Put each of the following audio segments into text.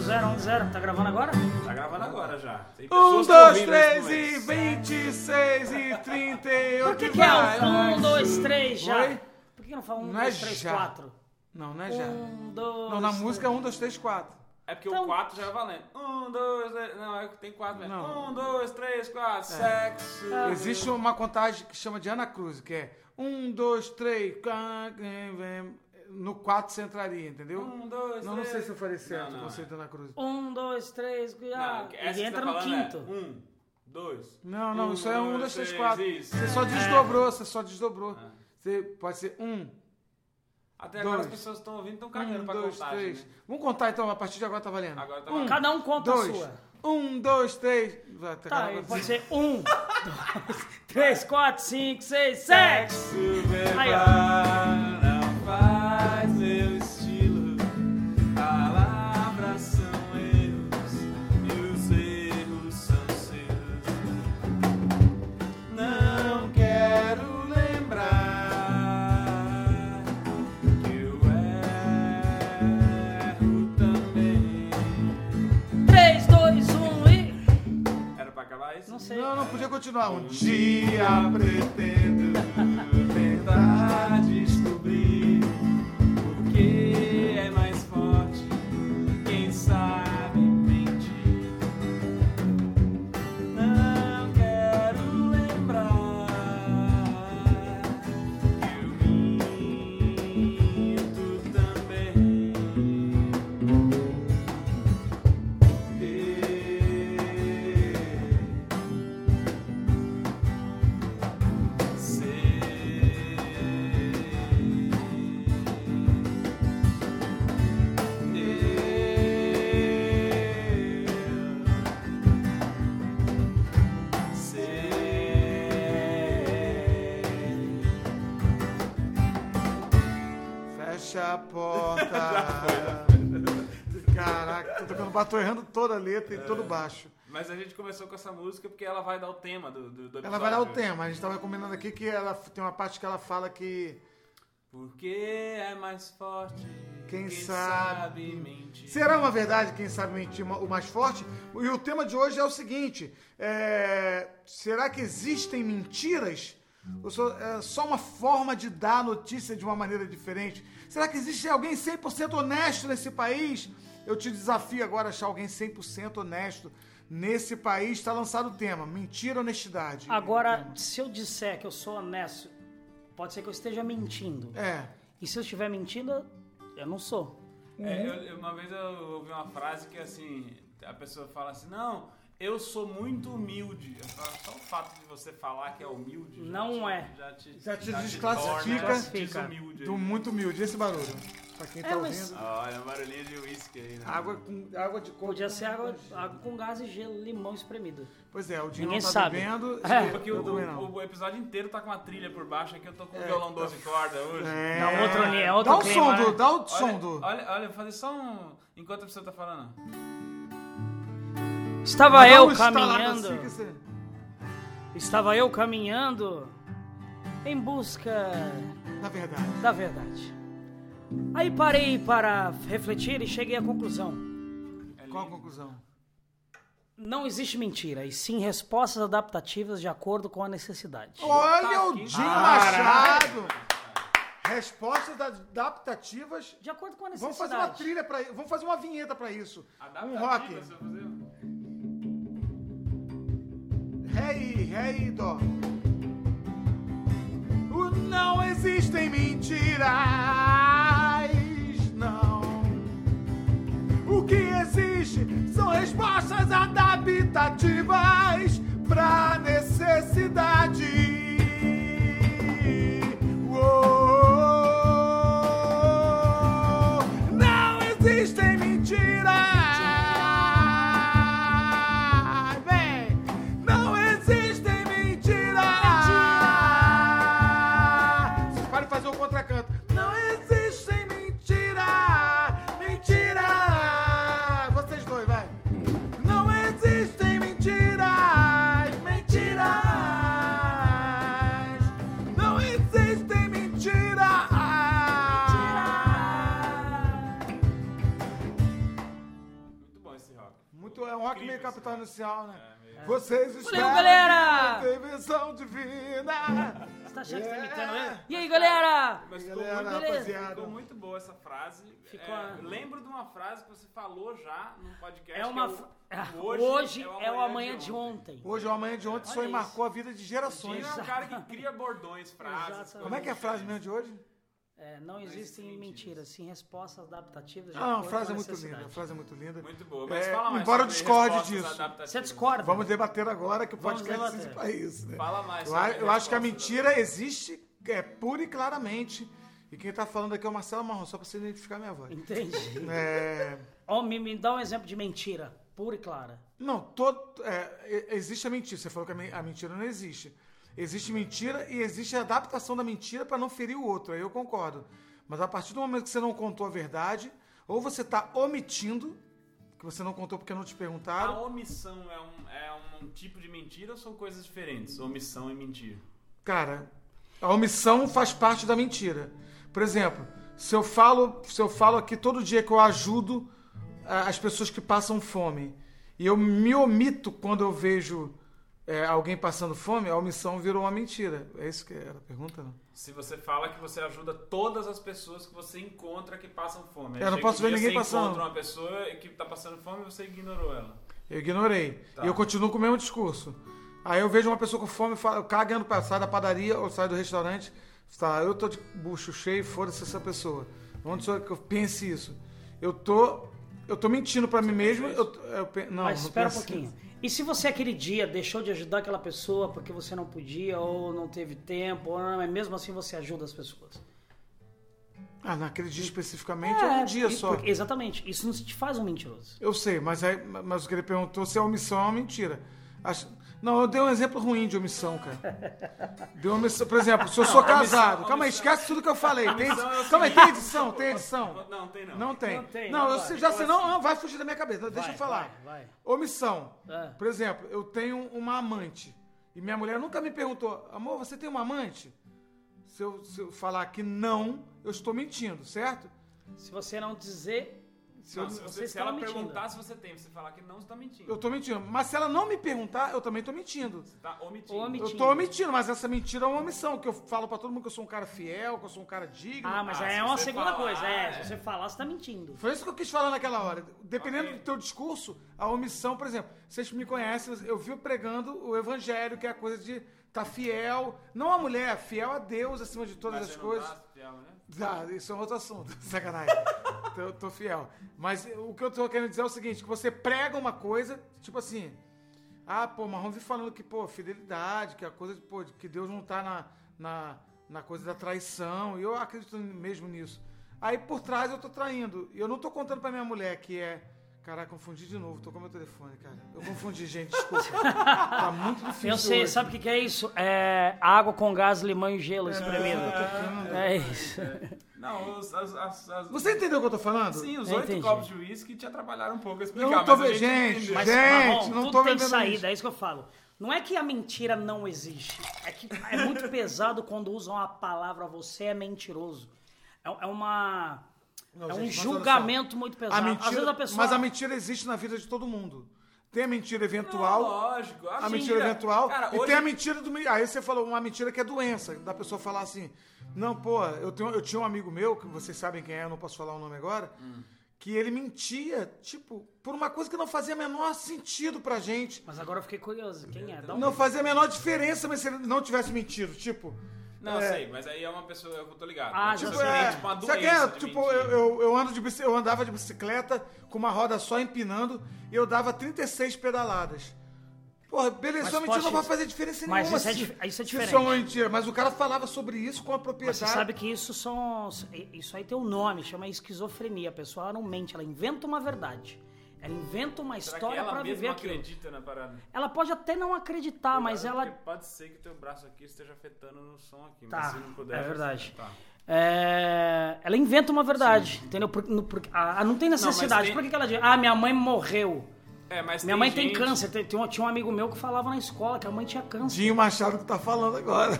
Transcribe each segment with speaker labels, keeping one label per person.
Speaker 1: zero, um zero. Tá gravando agora?
Speaker 2: Tá gravando agora já. Tem
Speaker 3: Um,
Speaker 2: pessoas que
Speaker 3: dois,
Speaker 2: ouviram
Speaker 3: três
Speaker 2: isso
Speaker 3: e
Speaker 2: antes.
Speaker 3: vinte e seis e trinta e
Speaker 1: Por
Speaker 3: oito.
Speaker 1: que,
Speaker 3: e
Speaker 1: que é
Speaker 3: vai,
Speaker 1: um, um,
Speaker 3: vai.
Speaker 1: dois, três já?
Speaker 3: Ah, Oi?
Speaker 1: Por que não fala um,
Speaker 3: Não é
Speaker 1: dois, três,
Speaker 3: já.
Speaker 1: quatro?
Speaker 3: Não, não é já.
Speaker 1: Um, dois.
Speaker 3: Não, na
Speaker 1: três.
Speaker 3: música é um, dois, três, quatro.
Speaker 2: É porque
Speaker 1: Então-
Speaker 2: o 4 já é valendo. Um, dois, três. Não, é que tem 4 mesmo.
Speaker 3: Não. É.
Speaker 2: Um, dois, três, quatro. Sexo.
Speaker 1: Tá.
Speaker 3: Existe uma contagem que chama de Ana Cruz, que é um, dois, três, quatro, vem, vem. no quatro você entraria, entendeu?
Speaker 2: Um, dois,
Speaker 3: não, não
Speaker 2: três.
Speaker 3: sei se eu falei certo
Speaker 2: Não, não,
Speaker 3: o conceito da Ana Cruz.
Speaker 1: Um, dois, três, cuidado.
Speaker 2: Não, essa
Speaker 1: E
Speaker 2: que
Speaker 1: entra
Speaker 2: tá
Speaker 1: no
Speaker 2: falando é
Speaker 1: quinto.
Speaker 2: Um, dois.
Speaker 3: Não, não,
Speaker 2: Um,
Speaker 3: isso é um,
Speaker 2: dois,
Speaker 3: dois, três,
Speaker 2: três,
Speaker 3: quatro.
Speaker 2: isso. É. Ah.
Speaker 3: Você só desdobrou, você só desdobrou. Você pode ser um,
Speaker 2: Até agora
Speaker 3: Dois.
Speaker 2: as pessoas estão ouvindo e estão cagando
Speaker 3: um,
Speaker 2: pra
Speaker 3: dois,
Speaker 2: contagem.
Speaker 3: três.
Speaker 2: né?
Speaker 3: Vamos contar então, a partir de agora tá valendo.
Speaker 2: Agora tá
Speaker 3: um,
Speaker 2: valendo.
Speaker 1: Cada um conta a
Speaker 3: dois,
Speaker 1: sua.
Speaker 3: um, dois, três. Vai, tá,
Speaker 1: Tá,
Speaker 3: acabou.
Speaker 1: e pode ser um, dois, três, quatro, cinco,
Speaker 3: Tá.
Speaker 1: seis, sete. Aí, ó.
Speaker 2: não faz meu estilo. Palavras são erros e os erros são seus. Não quero lembrar que eu erro também.
Speaker 1: Três, dois, um e.
Speaker 2: Era pra acabar isso?
Speaker 1: Não sei.
Speaker 3: Não, não podia continuar. Um
Speaker 2: Um
Speaker 3: dia.
Speaker 2: dia pretendo tentar descobrir o que é mais forte. Quem sabe mentir. Não quero lembrar que eu minto também. E-
Speaker 3: Fecha a porta. Caraca, tô tocando bato, tô errando toda a letra e todo baixo.
Speaker 2: Mas a gente começou com essa música porque ela vai dar o tema do, do, do
Speaker 3: Ela vai dar o
Speaker 2: episódio.
Speaker 3: tema. A gente tava combinando aqui que ela tem uma parte que ela fala que.
Speaker 2: Porque é mais forte.
Speaker 3: Quem sabe
Speaker 2: mentir.
Speaker 3: Será uma verdade, quem sabe mentir, ma- o mais forte? E o tema de hoje é o seguinte: é, será que existem mentiras? Ou só, é só uma forma de dar a notícia de uma maneira diferente? Será que existe alguém 100% honesto nesse país? Eu te desafio agora a achar alguém 100% honesto nesse país. Está lançado o tema: mentira, honestidade.
Speaker 1: Agora, se eu disser que eu sou honesto, pode ser que eu esteja mentindo.
Speaker 3: É.
Speaker 1: E se eu estiver mentindo, eu não sou.
Speaker 2: É, eu- eu- uma vez eu ouvi uma frase que assim, a pessoa fala assim, não, eu sou muito humilde. Eu falo, Só o fato de você falar que é humilde. já
Speaker 1: Não
Speaker 2: te-
Speaker 1: é.
Speaker 2: Já te,
Speaker 3: Já te
Speaker 2: torna
Speaker 1: desclassifica.
Speaker 2: desumilde.
Speaker 3: Tô muito humilde. Esse barulho, pra quem tá
Speaker 1: É, mas-
Speaker 3: ouvindo.
Speaker 2: Olha, um barulhinho de uísque aí, né?
Speaker 3: Água, com, água de coco.
Speaker 1: Podia ser água, água com gás e gelo, limão espremido.
Speaker 3: Pois é, o Dinho
Speaker 1: Ninguém
Speaker 3: não tá
Speaker 1: sabe.
Speaker 3: bebendo.
Speaker 1: É.
Speaker 3: eu
Speaker 2: Porque o,
Speaker 3: também não.
Speaker 2: o- o episódio inteiro tá com uma trilha por baixo aqui, eu tô com um violão 12 cordas hoje.
Speaker 3: É.
Speaker 1: Dá outro ni- é outro
Speaker 3: Dá o
Speaker 1: clima,
Speaker 3: som
Speaker 1: né?
Speaker 3: do, dá o
Speaker 2: Olha,
Speaker 3: som do. Um
Speaker 2: Olha, olha, vou fazer só um. Enquanto a pessoa tá falando.
Speaker 1: Estava
Speaker 3: Dá um
Speaker 1: eu
Speaker 3: estalado
Speaker 1: caminhando.
Speaker 3: assim que você-
Speaker 1: Estava eu caminhando em busca
Speaker 3: Na verdade.
Speaker 1: da verdade. Aí parei para refletir e cheguei à conclusão.
Speaker 3: Qual a conclusão?
Speaker 1: Não existe mentira, e sim respostas adaptativas de acordo com a necessidade. Tá
Speaker 3: Olha o
Speaker 2: aqui.
Speaker 3: Dinho Machado! Respostas adaptativas.
Speaker 1: De acordo com a necessidade.
Speaker 3: Vamos fazer uma trilha pra isso. Vamos fazer uma vinheta pra isso. Um rock.
Speaker 2: Adaptativa, se eu fazer um-
Speaker 3: Ré e ré e dó. O não existem mentiras, não. O que existe são respostas adaptativas pra necessidade. Uou. Não existem mentiras. Vem. Não existem mentiras. Vocês podem fazer o contracanto. Não existem mentiras. Mentira. Vocês dois, vai. Não existem mentiras. Mentiras. é um rock meio
Speaker 2: incrível,
Speaker 3: capital
Speaker 2: assim, né?
Speaker 3: inicial, né?
Speaker 2: É, meio-
Speaker 3: Vocês esperam
Speaker 1: galera!
Speaker 3: a intervenção divina!
Speaker 1: Você tá achando que tá
Speaker 3: É.
Speaker 1: imitando ele? E aí, galera?
Speaker 2: Mas ficou
Speaker 3: Galera,
Speaker 2: muito,
Speaker 3: rapaziada.
Speaker 2: ficou muito boa essa frase.
Speaker 1: Ficou
Speaker 2: É,
Speaker 1: a-
Speaker 2: Lembro de uma frase que você falou já num podcast.
Speaker 1: É uma.
Speaker 2: que
Speaker 1: fra-
Speaker 2: o- o
Speaker 1: Hoje é o amanhã de
Speaker 2: ontem.
Speaker 1: ontem.
Speaker 3: Hoje ou amanhã de ontem, isso
Speaker 1: Olha
Speaker 3: aí
Speaker 1: isso.
Speaker 3: marcou a vida de
Speaker 2: Tino
Speaker 3: gerações.
Speaker 2: é um cara que cria bordões, frases.
Speaker 1: Exatamente.
Speaker 3: Como é que é a frase mesmo de hoje?
Speaker 1: É, não existem mentiras, sim respostas adaptativas. de
Speaker 3: Ah, a
Speaker 1: acordo com
Speaker 3: frase é muito
Speaker 1: necessidade.
Speaker 3: linda, a frase é muito linda.
Speaker 2: Muito boa. Mas
Speaker 3: É,
Speaker 2: fala mais
Speaker 3: embora eu
Speaker 2: sobre
Speaker 3: discorde
Speaker 2: respostas
Speaker 3: disso.
Speaker 2: adaptativas.
Speaker 1: Você discorda?
Speaker 3: Vamos debater agora que o
Speaker 1: Vamos
Speaker 3: podcast
Speaker 1: debater.
Speaker 3: existe pra isso, né?
Speaker 2: Fala mais
Speaker 3: Eu,
Speaker 2: sobre
Speaker 3: a- eu acho que a
Speaker 2: respostas
Speaker 3: mentira existe é, pura e claramente. E quem tá falando aqui é o Marcelo Marrom, só pra você identificar minha voz.
Speaker 1: Entendi.
Speaker 3: É,
Speaker 1: Ó, me, me dá um exemplo de mentira, pura e clara.
Speaker 3: não, todo, é, e- existe a mentira. Você falou que a men- a mentira não existe. Existe mentira e existe a adaptação da mentira pra não ferir o outro. Aí eu concordo. Mas a partir do momento que você não contou a verdade, ou você tá omitindo, que você não contou porque não te perguntaram,
Speaker 2: A omissão é um, é um tipo de mentira ou são coisas diferentes? Omissão e mentira.
Speaker 3: Cara, a omissão faz parte da mentira. Por exemplo, se eu falo, se eu falo aqui todo dia que eu ajudo ah, as pessoas que passam fome e eu me omito quando eu vejo eh, alguém passando fome, a omissão virou uma mentira. É isso que era a pergunta, não?
Speaker 2: Se você fala que você ajuda todas as pessoas que você encontra que passam fome. Aí
Speaker 3: Eu não
Speaker 2: chega
Speaker 3: posso
Speaker 2: um
Speaker 3: ver
Speaker 2: dia,
Speaker 3: ninguém
Speaker 2: você
Speaker 3: passando.
Speaker 2: encontra uma pessoa que tá passando fome e você ignorou ela.
Speaker 3: Eu ignorei.
Speaker 2: Tá.
Speaker 3: E eu continuo com o mesmo discurso. Aí eu vejo uma pessoa com fome, e falo, eu cagando pra sai da padaria ou sai do restaurante, tá, eu tô de bucho cheio, foda-se essa pessoa. Onde sou eu que eu pense isso? Eu tô eu tô mentindo pra mim mesmo, eu, tô- eu pe- não,
Speaker 1: Mas
Speaker 3: não
Speaker 1: espera um
Speaker 3: penso.
Speaker 1: pouquinho. E se você aquele dia deixou de ajudar aquela pessoa porque você não podia, ou não teve tempo, ou não, mas mesmo assim você ajuda as pessoas?
Speaker 3: Ah, naquele dia especificamente, é, um dia
Speaker 1: e-
Speaker 3: só.
Speaker 1: porque- exatamente. Isso não te faz um mentiroso.
Speaker 3: Eu sei, mas aí- mas o que ele perguntou se é omissão é uma mentira. Acho- não, eu dei um exemplo ruim de omissão, cara. Dei omissão, por exemplo, se eu sou
Speaker 2: omissão-
Speaker 3: casado. calma aí,
Speaker 2: omissão-
Speaker 3: esquece tudo que eu falei. Tem,
Speaker 2: Omissão é o
Speaker 3: calma aí, tem edição, tem edição.
Speaker 2: Não, tem não.
Speaker 3: Não tem.
Speaker 1: Não tem,
Speaker 3: Não,
Speaker 1: não
Speaker 3: eu
Speaker 1: vai.
Speaker 3: sei- já sei,
Speaker 2: Então,
Speaker 3: não, não, vai fugir da minha cabeça. Deixa
Speaker 1: Vai,
Speaker 3: eu falar.
Speaker 1: vai, vai.
Speaker 3: Omissão.
Speaker 1: É.
Speaker 3: Por exemplo, eu tenho uma amante. E minha mulher nunca me perguntou, amor, você tem uma amante? Se eu, se eu falar que não, eu estou mentindo, certo?
Speaker 1: Se você não dizer.
Speaker 3: Se eu,
Speaker 2: Não, se
Speaker 1: Vocês
Speaker 2: você- se
Speaker 1: estão
Speaker 2: ela
Speaker 1: mentindo.
Speaker 2: perguntar se você tem, você falar que não, você tá mentindo.
Speaker 3: eu estou mentindo. Mas se ela não me perguntar, eu também estou mentindo.
Speaker 2: Você tá omitindo.
Speaker 1: Omitindo.
Speaker 3: Eu estou omitindo, mas essa mentira é uma omissão, que eu falo pra todo mundo que eu sou um cara fiel, que eu sou um cara digno.
Speaker 1: Ah, mas
Speaker 2: Ah,
Speaker 1: aí
Speaker 2: se
Speaker 1: é uma
Speaker 2: você
Speaker 1: segunda
Speaker 2: falar,
Speaker 1: coisa.
Speaker 3: ah,
Speaker 1: É,
Speaker 2: é.
Speaker 1: se você falar, você tá mentindo.
Speaker 3: Foi isso que eu quis falar naquela hora. Dependendo
Speaker 2: Ok.
Speaker 3: do teu discurso, a omissão, por exemplo, vocês me conhecem, eu vivo pregando o evangelho, que é a coisa de tá fiel, não a mulher, fiel a Deus acima de todas
Speaker 2: Mas
Speaker 3: as
Speaker 2: você não
Speaker 3: coisas.
Speaker 2: tá fiel, né?
Speaker 3: Ah, isso é um outro assunto, sacanagem. tô, tô fiel. Mas o que eu tô querendo dizer é o seguinte: que você prega uma coisa, tipo assim. Ah, pô, o Marrom vive falando que, pô, fidelidade, que é a coisa, de, pô, de que Deus não tá na, na, na coisa da traição. E eu acredito mesmo nisso. Aí por trás eu tô traindo. E eu não tô contando pra minha mulher que é. Caraca, confundi de novo, tô com meu telefone, cara. Eu confundi, gente, desculpa. tá muito difícil.
Speaker 1: Eu sei,
Speaker 3: hoje.
Speaker 1: sabe o que, que é isso? É água com gás, limão e gelo espremido.
Speaker 3: É.
Speaker 1: É isso.
Speaker 2: Não, os- as- as- as-
Speaker 3: Você entendeu o que eu tô falando?
Speaker 2: Sim, os
Speaker 1: Eu
Speaker 2: oito
Speaker 1: entendi.
Speaker 2: copos de uísque te atrapalharam um pouco a explicar.
Speaker 3: Eu não tô
Speaker 2: mas a
Speaker 3: vendo- gente,
Speaker 2: entendeu.
Speaker 1: Mas,
Speaker 3: gente.
Speaker 1: Marrom,
Speaker 3: não
Speaker 1: tudo
Speaker 3: tô
Speaker 1: tem
Speaker 3: vendendo
Speaker 1: saída,
Speaker 3: isso.
Speaker 1: é isso que eu falo. Não é que a mentira não existe. É que é muito pesado quando usam a palavra você é mentiroso. É, é uma.
Speaker 3: Não,
Speaker 1: é um
Speaker 3: gente, mas olha
Speaker 1: julgamento muito
Speaker 3: A
Speaker 1: pesado.
Speaker 3: mentira-
Speaker 1: Às vezes a pessoa.
Speaker 3: Mas a mentira existe na vida de todo mundo. Tem a mentira
Speaker 2: Não,
Speaker 3: eventual,
Speaker 2: lógico. assim, é. né?
Speaker 3: a mentira eventual,
Speaker 2: Cara,
Speaker 3: e
Speaker 2: hoje-
Speaker 3: tem a mentira do. Aí você falou uma mentira que é doença, da pessoa falar assim: Não, pô, eu, tenho, eu tinha um amigo meu, que vocês sabem quem é, eu não posso falar o nome agora, que ele mentia, tipo, por uma coisa que não fazia o menor sentido pra gente.
Speaker 1: Mas agora eu fiquei curioso. Quem é? Dá um-
Speaker 3: Não fazia a menor diferença, mas se ele não tivesse mentido, tipo.
Speaker 2: Não,
Speaker 3: é,
Speaker 2: sei, mas aí é uma pessoa, eu tô ligado.
Speaker 1: Ah,
Speaker 2: Uma
Speaker 1: já
Speaker 2: pessoa que
Speaker 3: Tipo,
Speaker 2: tem,
Speaker 3: é,
Speaker 2: tipo, uma doença
Speaker 3: sabe que é?
Speaker 2: de
Speaker 3: Tipo,
Speaker 2: mentira.
Speaker 3: eu, eu, eu ando de bici- eu andava de bicicleta com uma roda só empinando e eu dava 36 pedaladas. Porra, beleza,
Speaker 1: Mas,
Speaker 3: sua mentira
Speaker 1: poxa,
Speaker 3: não vai fazer diferença
Speaker 1: mas
Speaker 3: nenhuma.
Speaker 1: isso é
Speaker 3: se-
Speaker 1: dif- isso é
Speaker 3: se
Speaker 1: diferente.
Speaker 3: é uma mentira. Mas o cara falava sobre isso com a
Speaker 1: Mas
Speaker 3: propriedade.
Speaker 1: você sabe que isso são. Isso aí tem um nome, chama esquizofrenia. A pessoa ela não mente, ela inventa uma verdade. Ela inventa uma
Speaker 2: Será que
Speaker 1: história
Speaker 2: ela
Speaker 1: pra
Speaker 2: mesma
Speaker 1: viver aquilo.
Speaker 2: acredita na parada?
Speaker 1: Ela pode até não acreditar,
Speaker 3: Ah,
Speaker 1: mas
Speaker 2: Cuidado,
Speaker 1: ela
Speaker 2: porque Pode ser que teu braço aqui esteja afetando no som aqui, mas
Speaker 1: Tá,
Speaker 2: se não puder...
Speaker 1: é verdade.
Speaker 2: Tá.
Speaker 1: É, Ela inventa uma verdade, entendeu? Por, no- por- ah, ah, não tem necessidade.
Speaker 2: tem-
Speaker 1: Por que, que ela diz? Ah, minha mãe morreu.
Speaker 2: É, mas
Speaker 1: Minha mãe tem
Speaker 2: gente-
Speaker 1: câncer. Tem- tem um- tinha um amigo meu que falava na escola que a mãe tinha câncer.
Speaker 3: Dinho Machado que tá falando agora.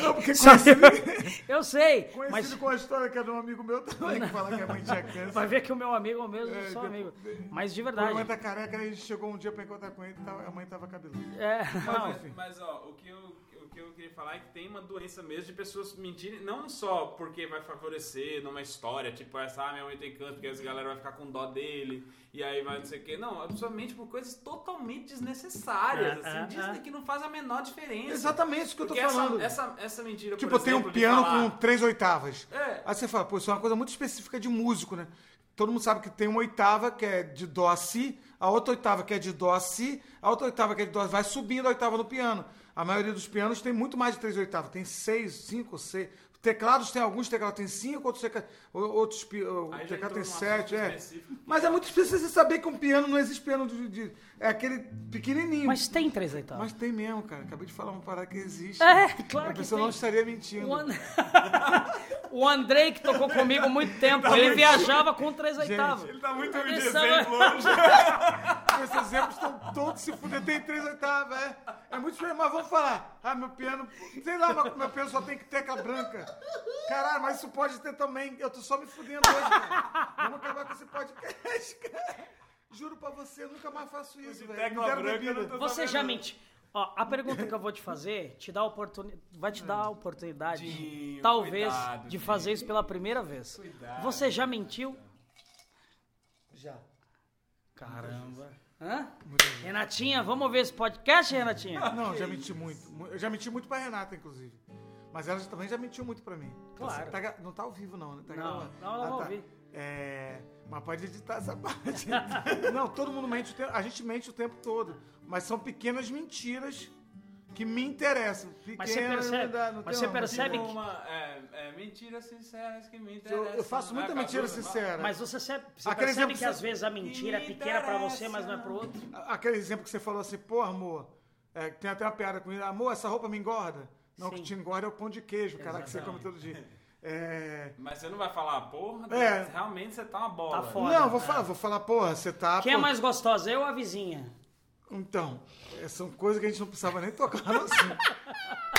Speaker 3: Não, porque
Speaker 1: Sabe?
Speaker 3: conhecido,
Speaker 1: Eu sei,
Speaker 3: conhecido
Speaker 1: mas
Speaker 3: com a história que é de um amigo meu também, que fala que a mãe tinha câncer.
Speaker 1: vai ver que o meu amigo é o mesmo,
Speaker 3: É,
Speaker 1: sou
Speaker 3: que-
Speaker 1: amigo. Mas de
Speaker 3: A mãe
Speaker 1: verdade.
Speaker 3: tá careca, aí a gente chegou um dia pra encontrar com ele e tava- a mãe tava cabeluda.
Speaker 1: É, não,
Speaker 2: Mas, mas, ó, o que, eu, o que eu queria falar é que tem uma doença mesmo de pessoas mentirem, não só porque vai favorecer numa história, tipo essa, ah, minha mãe tem câncer, porque essa galera vai ficar com dó dele, e aí vai não sei o quê. Não, absolutamente por coisas totalmente desnecessárias,
Speaker 1: Ah,
Speaker 2: assim,
Speaker 1: ah,
Speaker 2: disso
Speaker 1: ah.
Speaker 2: que não faz a menor diferença.
Speaker 3: Exatamente isso que eu tô
Speaker 2: Porque essa-
Speaker 3: falando.
Speaker 2: Essa, essa, mentira,
Speaker 3: Tipo,
Speaker 2: por
Speaker 3: eu tenho
Speaker 2: exemplo,
Speaker 3: um
Speaker 2: de
Speaker 3: piano
Speaker 2: falar-
Speaker 3: com três oitavas.
Speaker 2: É.
Speaker 3: Aí você fala, pô, isso é uma coisa muito específica de músico, né? Todo mundo sabe que tem uma oitava que é de dó a si, a outra oitava que é de dó a si, a outra oitava que é de dó a Vai subindo a oitava no piano. A maioria dos pianos tem muito mais de três oitavas. Tem seis, cinco, seis. Teclados tem alguns, teclados tem cinco, outros, tecla- o- outros pi- o
Speaker 2: Aí já
Speaker 3: teclado
Speaker 2: entrou
Speaker 3: tem
Speaker 2: num
Speaker 3: sete.
Speaker 2: assunto
Speaker 3: É.
Speaker 2: específico.
Speaker 3: Mas é muito difícil você saber que um piano não existe piano de. de- é aquele pequenininho.
Speaker 1: mas tem três oitavas.
Speaker 3: Mas tem mesmo, cara. Acabei de falar uma parada que existe.
Speaker 1: É, claro
Speaker 3: A
Speaker 1: que
Speaker 3: pessoa
Speaker 1: tem.
Speaker 3: não tá estaria mentindo.
Speaker 1: O, An- O Andrei, que tocou comigo há muito tempo, ele viajava com três oitavas.
Speaker 2: Ele tá muito me
Speaker 1: Ele
Speaker 2: dizendo
Speaker 1: sabe-
Speaker 2: longe.
Speaker 3: Esses exemplos estão todos se fudendo. Tem três oitavas, é. É muito diferente, mas vamos falar. Ah, meu piano. Sei lá, mas meu piano só tem tecla branca. Caralho, mas isso pode ter também. Eu tô só me fudendo hoje, cara. Vamos acabar com esse podcast, cara. Juro pra você, eu nunca mais faço isso, velho.
Speaker 2: tecla
Speaker 3: Me deram
Speaker 2: branca,
Speaker 3: bebida.
Speaker 2: eu não tô-
Speaker 1: Você já mente. Ó, a pergunta que eu vou te fazer te dá oportuni... vai te dar a oportunidade,
Speaker 2: Hum. Dinho,
Speaker 1: talvez,
Speaker 2: cuidado,
Speaker 1: de fazer isso pela primeira vez. Você já mentiu?
Speaker 3: Já.
Speaker 1: Caramba. Hã? Renatinha, vamos ver esse podcast, Renatinha?
Speaker 3: Não, já menti muito. Mu- Eu já menti muito pra Renata, inclusive. Mas ela também já mentiu muito pra mim.
Speaker 1: Claro.
Speaker 3: Você tá gra- não tá ao vivo, não, né? Tá
Speaker 1: Não,
Speaker 3: gravando.
Speaker 1: não, ela vai
Speaker 3: tá.
Speaker 1: ouvir.
Speaker 3: É, mas pode editar essa parte. não, todo mundo mente o tempo. A gente mente o tempo todo. Mas são pequenas mentiras que me interessam. Pequenas,
Speaker 1: Mas você percebe-
Speaker 3: não dá- não
Speaker 1: mas
Speaker 3: tem
Speaker 1: você
Speaker 3: uma-
Speaker 1: percebe
Speaker 2: Tipo
Speaker 1: que-
Speaker 2: uma, é, é, mentiras sinceras que me
Speaker 3: Eu,
Speaker 2: interessam.
Speaker 3: eu faço muita
Speaker 2: né,
Speaker 3: mentira
Speaker 2: Cazuza?
Speaker 3: sincera.
Speaker 1: Ah, Mas você, se- você
Speaker 3: Aquele
Speaker 1: percebe
Speaker 3: exemplo
Speaker 1: que
Speaker 3: que
Speaker 1: às
Speaker 3: você-
Speaker 1: vezes a mentira é
Speaker 2: Me
Speaker 1: pequena pra você,
Speaker 2: interessa.
Speaker 1: mas não é pro outro?
Speaker 3: Aquele exemplo que você falou assim, pô, amor, é, tem até uma piada comigo, amor, essa roupa me engorda? Não, o
Speaker 1: Sim.
Speaker 3: que te engorda é o pão de queijo, caraca, que você come
Speaker 1: Exatamente.
Speaker 3: todo dia. É,
Speaker 2: Mas você não vai falar, porra,
Speaker 3: É.
Speaker 2: realmente você tá uma bola.
Speaker 1: Tá foda.
Speaker 3: não, vou
Speaker 1: né?
Speaker 3: falar, vou falar, porra, você tá.
Speaker 1: Quem é
Speaker 3: pô-
Speaker 1: mais gostosa, eu ou a vizinha?
Speaker 3: Então, é, são coisas que a gente não precisava nem tocar no assunto.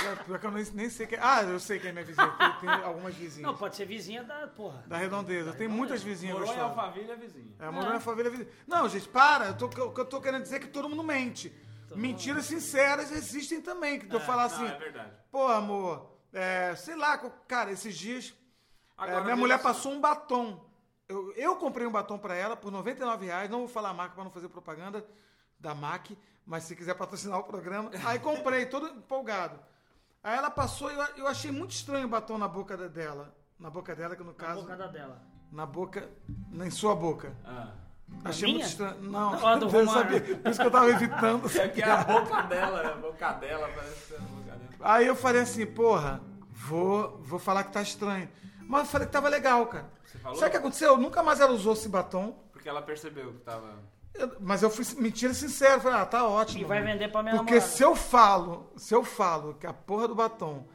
Speaker 3: É, Pior que eu nem, nem sei quem. Ah, eu sei quem é minha vizinha. porque Tem algumas vizinhas.
Speaker 1: Não, pode ser vizinha da porra.
Speaker 3: da redondeza. Tem muitas vizinhas
Speaker 2: Morou em
Speaker 3: gostosas.
Speaker 2: Alphaville é vizinho.
Speaker 3: É, morou em Alphaville. é vizinha. Não, gente, para. Eu tô, o que eu tô querendo dizer é que todo mundo mente. Mentiras sinceras existem também. Que eu falar assim,
Speaker 2: Não, é verdade.
Speaker 3: pô, amor, é, sei lá, co- cara, esses dias é,
Speaker 2: Agora,
Speaker 3: minha
Speaker 2: veja
Speaker 3: mulher
Speaker 2: só.
Speaker 3: passou um batom. Eu, eu comprei um batom pra ela por R$ 99 reais. Não vou falar a marca pra não fazer propaganda da MAC, mas se quiser patrocinar o programa. Aí comprei, todo empolgado. Aí ela passou e eu, eu achei muito estranho o batom na boca da- dela. Na boca dela, que no
Speaker 1: A
Speaker 3: caso.
Speaker 1: bocada dela.
Speaker 3: Na boca. Em sua boca.
Speaker 2: Ah.
Speaker 3: achei
Speaker 1: minha?
Speaker 3: muito estranho.
Speaker 2: Tá
Speaker 3: Não,
Speaker 1: Não, a do
Speaker 3: eu
Speaker 1: Romário.
Speaker 3: sabia. Por isso que eu tava evitando.
Speaker 2: É que é a boca dela, né? a boca dela, parece que é a boca dela.
Speaker 3: Aí eu falei assim, porra, vou, vou falar que tá estranho. Mas eu falei que tava legal, cara.
Speaker 2: falou?
Speaker 3: Sabe o que aconteceu? Nunca mais ela usou esse batom.
Speaker 2: Porque ela percebeu que tava.
Speaker 3: Eu- mas eu fui mentira sincero. Falei, ah, tá ótimo.
Speaker 1: E vai vender pra minha
Speaker 3: Porque
Speaker 1: namorada.
Speaker 3: se eu falo, se eu falo que a porra do batom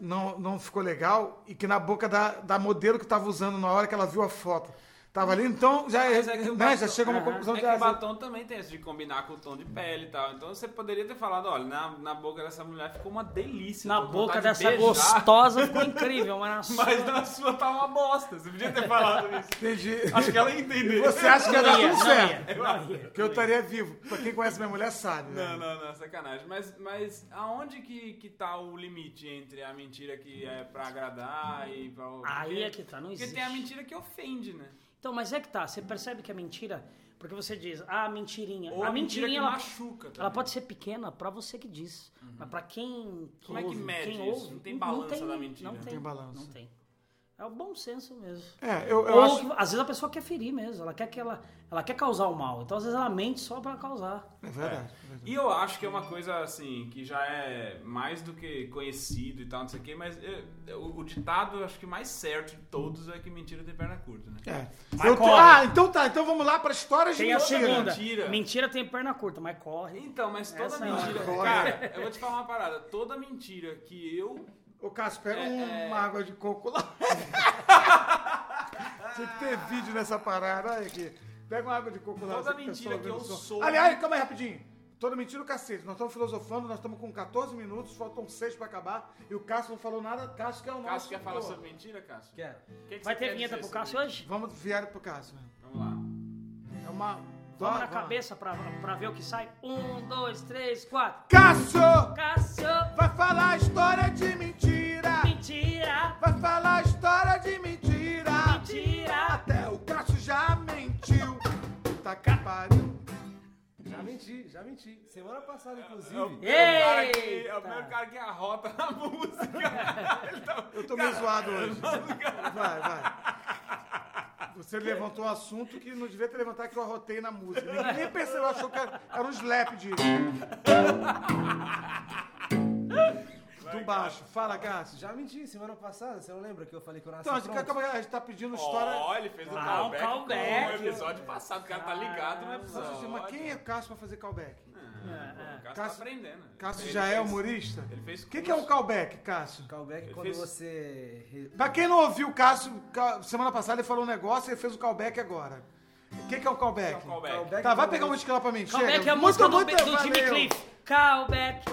Speaker 3: não, não ficou legal e que na boca da, da modelo que tava usando na hora que ela viu a foto tava ali, então já,
Speaker 2: Mas é que o
Speaker 3: né,
Speaker 2: batom-
Speaker 3: já chega a uma
Speaker 1: Aham.
Speaker 3: conclusão
Speaker 2: é
Speaker 3: de
Speaker 2: que o
Speaker 3: ah,
Speaker 2: batom também tem isso de combinar com o tom de pele e tal. Então você poderia ter falado, olha, na, na boca dessa mulher ficou uma delícia.
Speaker 1: Na
Speaker 2: tô com
Speaker 1: boca
Speaker 2: vontade de
Speaker 1: dessa
Speaker 2: beijar.
Speaker 1: gostosa ficou incrível, mas na sua...
Speaker 2: Mas na sua tá uma bosta. Você podia ter falado isso.
Speaker 3: entendi.
Speaker 2: Acho que ela entendeu.
Speaker 3: Você acha que ia dar
Speaker 1: ia,
Speaker 3: tudo
Speaker 1: não
Speaker 3: certo?
Speaker 1: ia, não ia.
Speaker 3: Que eu estaria vivo. Pra quem conhece minha mulher sabe. né?
Speaker 2: Não, não, não, sacanagem. Mas, mas aonde que, que tá o limite entre a mentira que é pra agradar e pra.
Speaker 1: Aí é que tá, não
Speaker 2: Porque
Speaker 1: existe.
Speaker 2: tem a mentira que ofende, né?
Speaker 1: Então, mas é que tá, você percebe que é mentira, porque você diz, ah, mentirinha.
Speaker 2: Ou
Speaker 1: a
Speaker 2: a mentira
Speaker 1: mentirinha,
Speaker 2: que
Speaker 1: ela,
Speaker 2: machuca. né? Também.
Speaker 1: ela pode ser pequena pra você que diz, mas pra quem que
Speaker 2: Como é que
Speaker 1: ouve,
Speaker 2: mede
Speaker 1: quem
Speaker 2: isso?
Speaker 1: ouve,
Speaker 2: Não tem balança da mentira.
Speaker 1: Não
Speaker 2: Não
Speaker 1: tem,
Speaker 3: tem balança.
Speaker 1: Não tem. É o bom senso mesmo.
Speaker 3: É, eu, eu
Speaker 1: Ou
Speaker 3: acho.
Speaker 1: que, às vezes a pessoa quer ferir mesmo, ela quer que ela, ela quer causar o mal. Então às vezes ela mente só pra causar.
Speaker 3: É verdade. é verdade.
Speaker 2: E eu acho que é uma coisa assim, que já é mais do que conhecido e tal, não sei o quê, mas eh, o, o ditado, eu acho que mais certo de todos é que mentira tem perna curta, né?
Speaker 3: É.
Speaker 1: Mas
Speaker 3: Eu tô-
Speaker 1: corre.
Speaker 3: Ah, então tá. Então vamos lá para histórias de
Speaker 1: Tem
Speaker 3: né?
Speaker 1: a
Speaker 3: mentira.
Speaker 1: segunda.
Speaker 2: mentira.
Speaker 1: mentira tem perna curta, mas corre.
Speaker 2: Então, mas toda
Speaker 1: Essa é
Speaker 2: mentira.
Speaker 3: uma
Speaker 2: cara, eu vou te falar uma parada. Toda mentira que eu.
Speaker 3: Ô, Cássio, pega
Speaker 2: É, é.
Speaker 3: uma água de coco lá. Tinha que ter vídeo nessa parada. Olha aqui. Pega uma água de coco lá.
Speaker 2: Toda
Speaker 3: você que tá
Speaker 2: mentira
Speaker 3: só
Speaker 2: que eu
Speaker 3: ouvindo o som.
Speaker 2: sou-
Speaker 3: Aliás, calma aí rapidinho. Toda mentira o cacete. Nós estamos filosofando, nós estamos com 14 minutos, faltam 6 pra acabar. E o Cássio não falou nada. Cássio que é o nosso.
Speaker 2: Cássio quer falar
Speaker 3: pô.
Speaker 2: sobre mentira, Cássio?
Speaker 4: Quero.
Speaker 2: O que que
Speaker 1: Vai
Speaker 2: você
Speaker 1: ter
Speaker 2: quer dizer
Speaker 1: vinheta pro
Speaker 2: sobre
Speaker 1: Cássio hoje?
Speaker 3: Vamos vier pro Cássio. né?
Speaker 2: isso? Vamos lá.
Speaker 3: É uma.
Speaker 1: Vamos na cabeça pra, pra ver o que sai. Um, dois, três, quatro.
Speaker 3: Cássio!
Speaker 1: Cássio,
Speaker 3: Vai falar história de mentira!
Speaker 1: mentira,
Speaker 3: Vai falar história de mentira!
Speaker 1: mentira.
Speaker 3: Até o Cássio já mentiu. Tá que pariu.
Speaker 4: Já menti, já menti. Semana passada, inclusive.
Speaker 2: É o cara que- É o
Speaker 1: Eita.
Speaker 2: primeiro cara que arrota na música. Ele tá-
Speaker 3: Eu tô meio zoado hoje. Vai, vai. Você levantou um assunto que não devia ter levantado, que eu arrotei na música. Ninguém nem percebeu, achou que era, era um slap de. Do baixo. Fala, Cássio.
Speaker 4: Já menti, semana passada, você não lembra que eu falei que eu nasci
Speaker 3: Então, a gente,
Speaker 4: pronto?
Speaker 3: acaba- a gente tá pedindo história.
Speaker 2: Ó, ele fez um
Speaker 1: Ah, um
Speaker 2: callback,
Speaker 1: callback.
Speaker 2: com o episódio passado. O cara tá ligado no
Speaker 3: Mas, assim,
Speaker 2: episódio.
Speaker 3: mas quem é o Cássio pra fazer callback?
Speaker 2: O Cássio,
Speaker 3: Cássio-
Speaker 2: tá aprendendo.
Speaker 3: Cássio
Speaker 2: Ele
Speaker 3: já é
Speaker 2: fez-
Speaker 3: humorista?
Speaker 2: Ele fez
Speaker 3: O que, que é um
Speaker 2: curso.
Speaker 3: callback, Cássio?
Speaker 4: Callback
Speaker 2: Eu
Speaker 4: quando
Speaker 2: fiz-
Speaker 4: você... re-
Speaker 3: Pra quem não ouviu o Cássio, ca- semana passada ele falou um negócio e ele fez o callback agora. O que, que é um callback?
Speaker 2: É um callback.
Speaker 3: Tá, vai
Speaker 4: quando
Speaker 3: pegar um
Speaker 4: você-
Speaker 3: whisky lá pra mim. chega.
Speaker 1: Callback é a música do,
Speaker 3: muito,
Speaker 1: do Jimmy
Speaker 3: valeu.
Speaker 1: Cliff. Callback.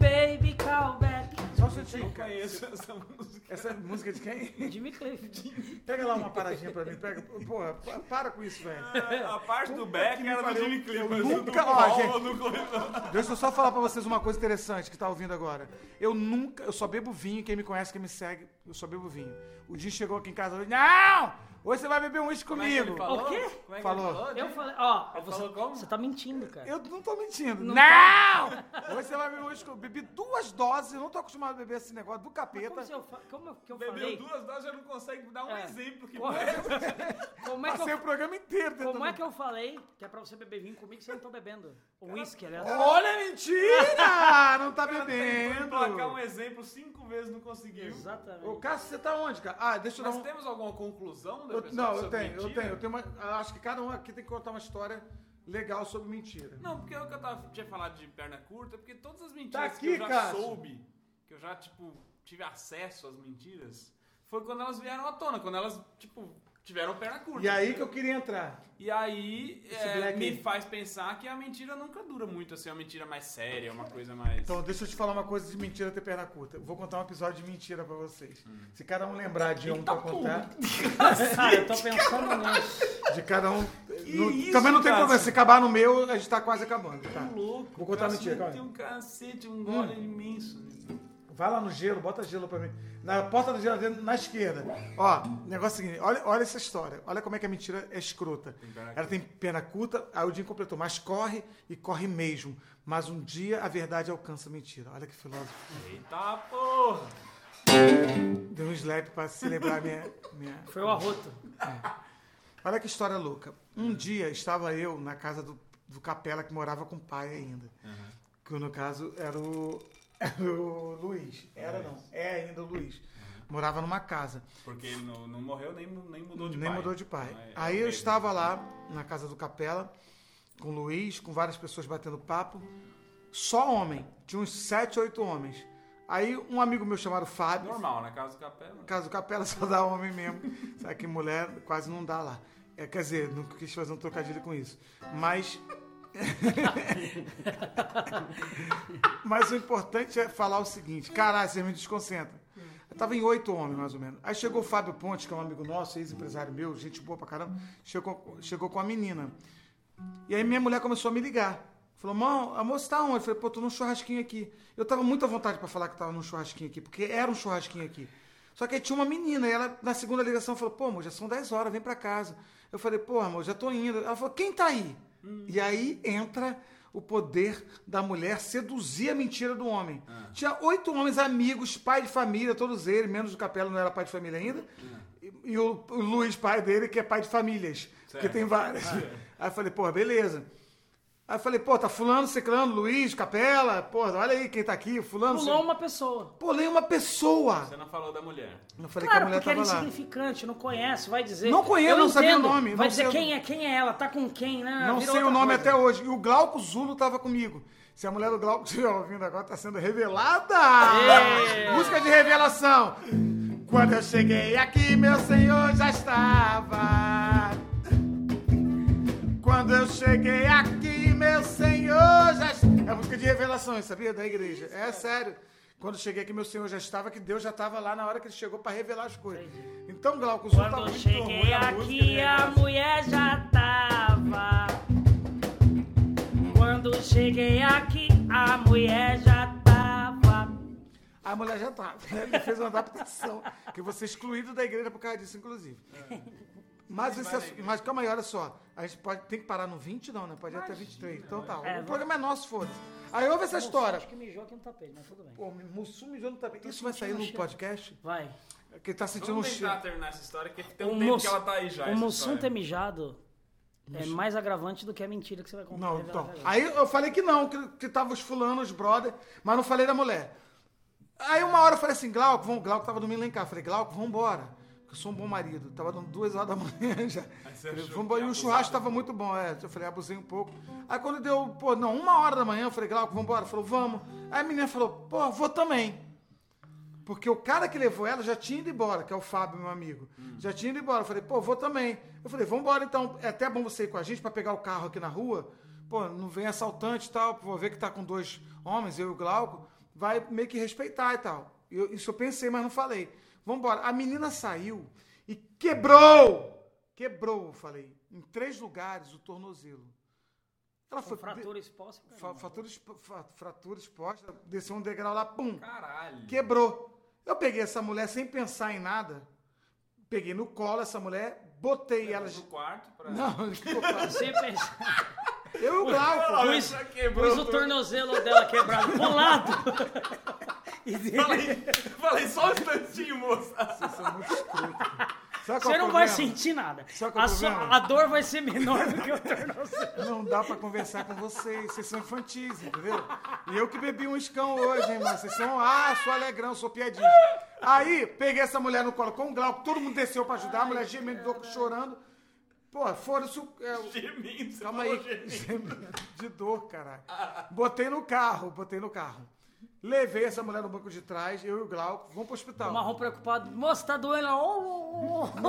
Speaker 1: Baby, callback.
Speaker 3: Só um sentinho,
Speaker 2: Eu
Speaker 3: cara.
Speaker 2: conheço essa música.
Speaker 3: Essa música é de quem?
Speaker 1: Jimmy Cliff.
Speaker 3: Pega lá uma paradinha pra mim. Pega. Porra, pa- para com isso, velho.
Speaker 2: A parte do Beck
Speaker 3: que
Speaker 2: era do
Speaker 3: pariu.
Speaker 2: Jimmy Cliff,
Speaker 3: Eu
Speaker 2: mas o do
Speaker 3: nunca- ó,
Speaker 2: Paul
Speaker 3: gente.
Speaker 2: eu não conheço.
Speaker 3: Deixa eu só falar pra vocês uma coisa interessante que tá ouvindo agora. Eu nunca, eu só bebo vinho, quem me conhece, quem me segue, eu só bebo vinho. O Jim chegou aqui em casa hoje, não! Hoje você vai beber um uísque
Speaker 2: Como é que
Speaker 3: comigo.
Speaker 2: ele falou?
Speaker 1: O quê?
Speaker 2: Como é que
Speaker 3: Falou.
Speaker 2: ele falou?
Speaker 1: Eu falei, ó,
Speaker 2: Ele
Speaker 1: você,
Speaker 2: falou como?
Speaker 1: você tá mentindo, cara.
Speaker 3: Eu não tô mentindo. Não!
Speaker 1: Não
Speaker 3: Hoje você vai beber um uísque comigo. Bebi duas doses, eu não tô acostumado a beber esse negócio do
Speaker 1: Mas
Speaker 3: capeta.
Speaker 1: como, se eu, fa- como eu- que eu
Speaker 2: Bebeu
Speaker 1: falei?
Speaker 2: duas doses, já não consegue dar um
Speaker 1: É.
Speaker 2: exemplo. Que
Speaker 1: Como
Speaker 2: merda.
Speaker 1: como é que
Speaker 3: Passei
Speaker 1: eu
Speaker 3: o programa inteiro tentando...
Speaker 1: Como é que eu falei que é pra você beber vinho comigo se eu não tô bebendo? O uísque, aliás.
Speaker 3: Olha, mentira! Não tá
Speaker 2: Tentou
Speaker 3: bebendo.
Speaker 2: emplacar um exemplo cinco vezes, não conseguiu.
Speaker 3: Ô,
Speaker 1: Exatamente.
Speaker 3: Cássio, você tá onde, cara? Ah, deixa eu dar
Speaker 2: Mas
Speaker 3: um...
Speaker 2: temos alguma conclusão da
Speaker 3: Eu-
Speaker 2: pessoa
Speaker 3: não, eu
Speaker 2: sobre
Speaker 3: tenho, eu
Speaker 2: mentira?
Speaker 3: tenho, eu tenho uma, acho que cada um aqui tem que contar uma história legal sobre mentira.
Speaker 2: Não, porque é o que eu tava, tinha falado de perna curta, porque todas as mentiras
Speaker 3: Tá aqui,
Speaker 2: que eu já
Speaker 3: Cássio.
Speaker 2: soube, que eu já, tipo, tive acesso às mentiras, foi quando elas vieram à tona, quando elas, tipo, tiveram perna curta.
Speaker 3: E aí que eu queria entrar.
Speaker 2: E aí,
Speaker 3: Esse
Speaker 2: é,
Speaker 3: black
Speaker 2: me
Speaker 3: aí.
Speaker 2: faz pensar que a mentira nunca dura muito, assim, é uma mentira mais séria, uma coisa mais...
Speaker 3: Então, deixa eu te falar uma coisa de mentira ter perna curta. Eu Vou contar um episódio de mentira pra vocês. Se cada um lembrar de um pra contar,
Speaker 1: Cara, eu tô pensando nisso.
Speaker 3: de cada um. no-
Speaker 2: isso,
Speaker 3: também não tem
Speaker 2: Cássio?
Speaker 3: problema. Se acabar no meu, a gente tá quase acabando.
Speaker 2: Tá
Speaker 3: Tá?
Speaker 2: louco.
Speaker 3: Vou contar
Speaker 2: Cássio,
Speaker 3: mentira, calma Hum.
Speaker 2: Tem um cacete, um gole imenso.
Speaker 3: Vai lá no gelo, bota gelo pra mim. Na porta da geladeira, na esquerda. Ó, negócio é seguinte, olha, olha essa história. Olha como é que a mentira é escrota.
Speaker 2: perna
Speaker 3: Ela tem perna curta, aí o dia completou, mas corre e corre mesmo. Mas um dia a verdade alcança a mentira. Olha que filósofo.
Speaker 2: Eita porra!
Speaker 3: Deu um slap pra celebrar minha. minha...
Speaker 1: Foi o arroto.
Speaker 3: Olha que história louca. Um dia estava eu na casa do, do Capela que morava com o pai ainda. Que no caso era o, era o Luiz. Era não, é ainda o
Speaker 2: Uhum.
Speaker 3: Luiz. Morava numa casa.
Speaker 2: Porque ele não, não morreu nem, mu- nem mudou de
Speaker 3: Nem
Speaker 2: pai.
Speaker 3: mudou de pai.
Speaker 2: Então, é- é
Speaker 3: Aí
Speaker 2: o
Speaker 3: eu
Speaker 2: mesmo.
Speaker 3: estava lá na casa do Capela, com o Luiz, com várias pessoas batendo papo. Só homem. Tinha uns sete, oito homens. Aí um amigo meu chamado Fábio.
Speaker 2: Normal, na casa do capela.
Speaker 3: No caso do Capela só dá homem mesmo. Sabe que mulher quase não dá lá. É, quer dizer, nunca quis fazer um trocadilho com isso. Mas. Mas o importante é falar o seguinte: caralho, vocês me desconcentram. Eu tava em oito homens, mais ou menos. Aí chegou o Fábio Ponte, que é um amigo nosso, ex-empresário meu, gente boa pra caramba, chegou, chegou com a menina. E aí minha mulher começou a me ligar. Falou, mão, amor, você tá onde? Eu falei, pô, tô num churrasquinho aqui. Eu tava muito à vontade pra falar que tava num churrasquinho aqui, porque era um churrasquinho aqui. Só que aí tinha uma menina, e ela, na segunda ligação, falou, pô, amor, já são 10 horas, vem pra casa. Eu falei, pô, amor, já tô indo. Ela falou, quem tá aí? E aí entra o poder da mulher seduzir a mentira do homem. Tinha oito homens amigos, pai de família, todos eles, menos o Capela não era pai de família ainda. E, e o, o Luiz, pai dele, que é pai de famílias. Porque
Speaker 2: Certo.
Speaker 3: tem várias. Aí eu falei, pô, beleza. Aí eu falei, pô, tá fulano, ciclano, Luiz, Capela, pô, olha aí quem tá aqui, fulano.
Speaker 1: Pulou
Speaker 3: ciclano.
Speaker 1: uma pessoa.
Speaker 3: Pô, leio uma pessoa.
Speaker 2: Você não falou da mulher.
Speaker 3: Eu falei que a
Speaker 1: Claro,
Speaker 3: mulher
Speaker 1: porque era
Speaker 3: tava lá.
Speaker 1: insignificante, não conhece, vai dizer.
Speaker 3: Não conheço,
Speaker 1: Eu
Speaker 3: não sabia o
Speaker 1: entendo.
Speaker 3: nome, não
Speaker 1: Vai dizer
Speaker 3: sei o-
Speaker 1: quem é, quem é ela, tá com quem, né?
Speaker 3: Não
Speaker 1: Virou
Speaker 3: sei o
Speaker 1: outra
Speaker 3: nome
Speaker 1: coisa.
Speaker 3: até hoje. E o Glauco Zulo tava comigo. Se a mulher do Glauco estiver ouvindo agora, tá sendo revelada!
Speaker 1: Ê!
Speaker 3: Música de revelação! Quando eu cheguei aqui, meu senhor já estava. Quando eu cheguei aqui, meu Senhor já. É música de revelações, sabia? Da igreja. É sério. Quando eu cheguei aqui, meu Senhor já estava, que Deus já estava lá na hora que ele chegou para revelar as coisas. Então, Glauco, o senhor tá
Speaker 1: Quando
Speaker 3: muito
Speaker 1: cheguei
Speaker 3: ruim a música,
Speaker 1: aqui,
Speaker 3: né?
Speaker 1: a mulher já tava. Quando cheguei aqui, a mulher já tava.
Speaker 3: A mulher já tá. né? Ele fez uma adaptação. Que eu vou ser excluído da igreja por causa disso, inclusive. Mas, isso é- mas calma aí, olha só. A gente pode, tem que parar no 20, não, né? Pode ir até 23. Então tá.
Speaker 1: É, Tá
Speaker 3: o
Speaker 1: vamos-
Speaker 3: programa é nosso, foda-se. Aí ouve essa história.
Speaker 1: Acho que mijou aqui no tapete, mas tudo bem.
Speaker 3: Pô, Mussum mijou no tapete. Isso vai
Speaker 1: sentindo
Speaker 3: sair no
Speaker 1: um cheiro.
Speaker 3: podcast?
Speaker 1: Vai.
Speaker 3: Quem tá sentindo um
Speaker 2: Vamos tentar
Speaker 3: cheiro.
Speaker 2: terminar essa história, que tem
Speaker 1: O
Speaker 2: um tempo
Speaker 1: Mussum-
Speaker 2: que ela tá aí já.
Speaker 1: o
Speaker 2: essa
Speaker 1: Mussum
Speaker 2: história.
Speaker 1: ter mijado é mais agravante do que a mentira que você vai contar.
Speaker 3: Não,
Speaker 1: revelar
Speaker 3: então.
Speaker 1: pra gente.
Speaker 3: Aí eu falei que não, que, que tava os fulanos, os brother, mas não falei da mulher. Aí uma hora eu falei assim, Glauco, vamos, Glauco tava dormindo lá em casa. Falei, Glauco, vambora. Que eu sou um bom marido. Tava dando duas horas da manhã já.
Speaker 2: você
Speaker 3: Falei,
Speaker 2: achou que
Speaker 3: vambora. E o
Speaker 2: abusado.
Speaker 3: churrasco tava muito bom, é. Eu falei, abusei um pouco. Aí quando deu, pô, não, uma hora da manhã, eu falei, Glauco, vambora. Falou, vamos. Aí a menina falou, pô, vou também. Porque o cara que levou ela já tinha ido embora, que é o Fábio, meu amigo.
Speaker 1: Hum.
Speaker 3: Já tinha ido embora. Eu falei, pô, vou também. Eu falei, vambora então. É até bom você ir com a gente pra pegar o carro aqui na rua. Pô, não vem assaltante e tal. Vou ver que tá com dois homens, eu e o Glauco. Vai meio que respeitar e tal. Eu- isso eu pensei, mas não falei. Vambora. A menina saiu e quebrou! Quebrou, eu falei. Em três lugares o tornozelo. Ela
Speaker 1: Com
Speaker 3: foi.
Speaker 1: fratura né? exposta. cara.
Speaker 3: Fa- Fratura, expo- fa- fratura exposta, desceu um degrau lá, pum!
Speaker 2: Caralho.
Speaker 3: Quebrou. Eu peguei essa mulher sem pensar em nada. Peguei no colo essa mulher, botei ela.
Speaker 2: No quarto pra...
Speaker 3: Não, que bobagem.
Speaker 1: Você pensa.
Speaker 3: eu e o Glauco.
Speaker 1: Pus,
Speaker 2: já quebrou
Speaker 1: pus o
Speaker 2: tudo.
Speaker 1: tornozelo dela quebrado pro lado. E dele-
Speaker 2: Falei, falei só um instantinho, moça.
Speaker 3: Vocês são muito escroto. Sabe qual
Speaker 1: Você
Speaker 3: é o
Speaker 1: não vai
Speaker 3: problema?
Speaker 1: sentir nada.
Speaker 3: Sabe qual é
Speaker 1: A,
Speaker 3: o
Speaker 1: sua-
Speaker 3: problema?
Speaker 1: a dor vai ser menor do que o tornozelo.
Speaker 3: Não dá pra conversar com vocês. Vocês são infantis, entendeu? E eu que bebi um escão hoje, hein, mano? Vocês são. Ah, sou alegrão, sou piadinha. Aí, peguei essa mulher no colo com o Glauco, todo mundo desceu pra ajudar, a mulher gemendo, do- chorando. Pô, foram-se. o- é, o-
Speaker 2: Gemindo, tá você
Speaker 3: Calma
Speaker 2: falou
Speaker 3: aí,
Speaker 2: gemindo.
Speaker 3: gemido de dor, caralho. Botei no carro, botei no carro. Levei essa mulher no banco de trás, eu e o Glauco, vamos pro
Speaker 1: O
Speaker 3: hospital.
Speaker 1: marrom preocupado. Moça, tá doendo. Oh, oh, oh.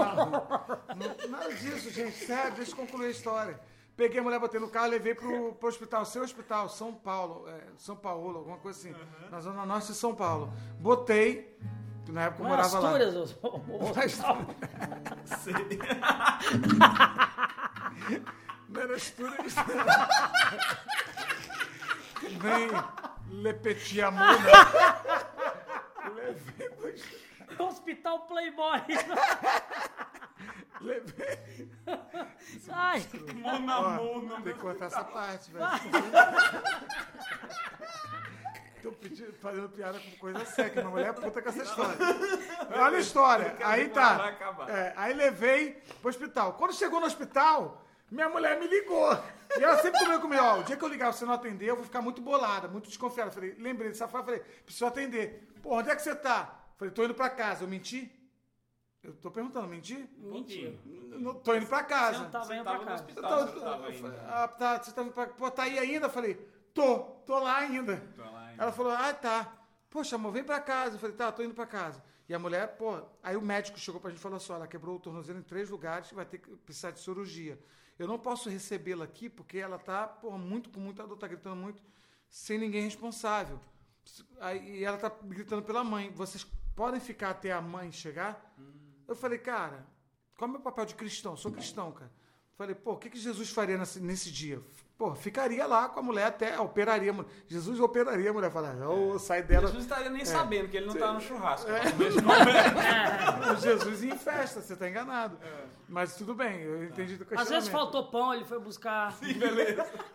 Speaker 3: Não- Nada disso, gente, sério, deixa eu concluir a história. Peguei a mulher, botei no carro, levei pro, pro hospital, seu hospital, São Paulo, é, São Paulo, alguma coisa assim, na zona norte de São Paulo. Botei, que na época eu
Speaker 1: Não é
Speaker 3: morava lá.
Speaker 1: Astúrias, ô, ô, ô,
Speaker 3: Astúrias.
Speaker 1: ô.
Speaker 3: Não era Astúrias. Nem Lepetiamona.
Speaker 1: Hospital Playboy.
Speaker 3: Levei.
Speaker 1: Ai,
Speaker 3: Ó, Tem que cortar essa parte, velho. Tô pedindo, fazendo piada com coisa séria, que minha mulher é puta com essa história. Olha a história. Aí
Speaker 2: Vai
Speaker 3: tá.
Speaker 2: acabar.
Speaker 3: É, aí levei pro hospital. Quando chegou no hospital, minha mulher me ligou. E ela sempre comigo comigo, ó, o dia que eu ligar e você não atender, eu vou ficar muito bolada, muito desconfiada. Falei, lembrei dessa frase, falei, preciso atender. Pô, onde é que você tá? Falei, tô indo pra casa. Eu menti? Eu tô perguntando, menti?
Speaker 1: mentira.
Speaker 3: Não, tô indo pra casa.
Speaker 1: Você não tá tava indo
Speaker 2: Tava no
Speaker 1: pra casa.
Speaker 3: Eu
Speaker 2: hospital,
Speaker 3: tava-
Speaker 2: você não Tá, tava né?
Speaker 3: eu
Speaker 2: ainda.
Speaker 3: falei, Então, ah, tá, você tá indo pra- pô, tá aí ainda? Eu falei, tô, tô lá ainda.
Speaker 2: lá ainda.
Speaker 3: Ela falou, ah, tá. Poxa, amor, vem pra casa. Eu falei, tá, tô indo pra casa. E a mulher, pô, aí o médico chegou pra gente e falou assim, "Ó, ela quebrou o tornozelo em três lugares, vai ter que precisar de cirurgia. Eu não posso recebê-la aqui porque ela tá, pô, muito, com muita dor, tá gritando muito, sem ninguém responsável. Aí, e ela tá gritando pela mãe, vocês podem ficar até a mãe chegar? Eu falei, cara, qual é o meu papel de cristão? Eu sou cristão, cara. Falei, pô, o que, que Jesus faria nesse, nesse dia? Pô, ficaria lá com a mulher até, operaria. a mulher. Jesus operaria a mulher. Falar,
Speaker 1: É.
Speaker 3: ô, sai dela.
Speaker 2: Jesus estaria nem sabendo que ele não tava no churrasco.
Speaker 3: É.
Speaker 1: É,
Speaker 3: O Jesus ia em festa, você tá enganado. Mas tudo bem, eu entendi do questionamento.
Speaker 1: Às vezes faltou pão, ele foi buscar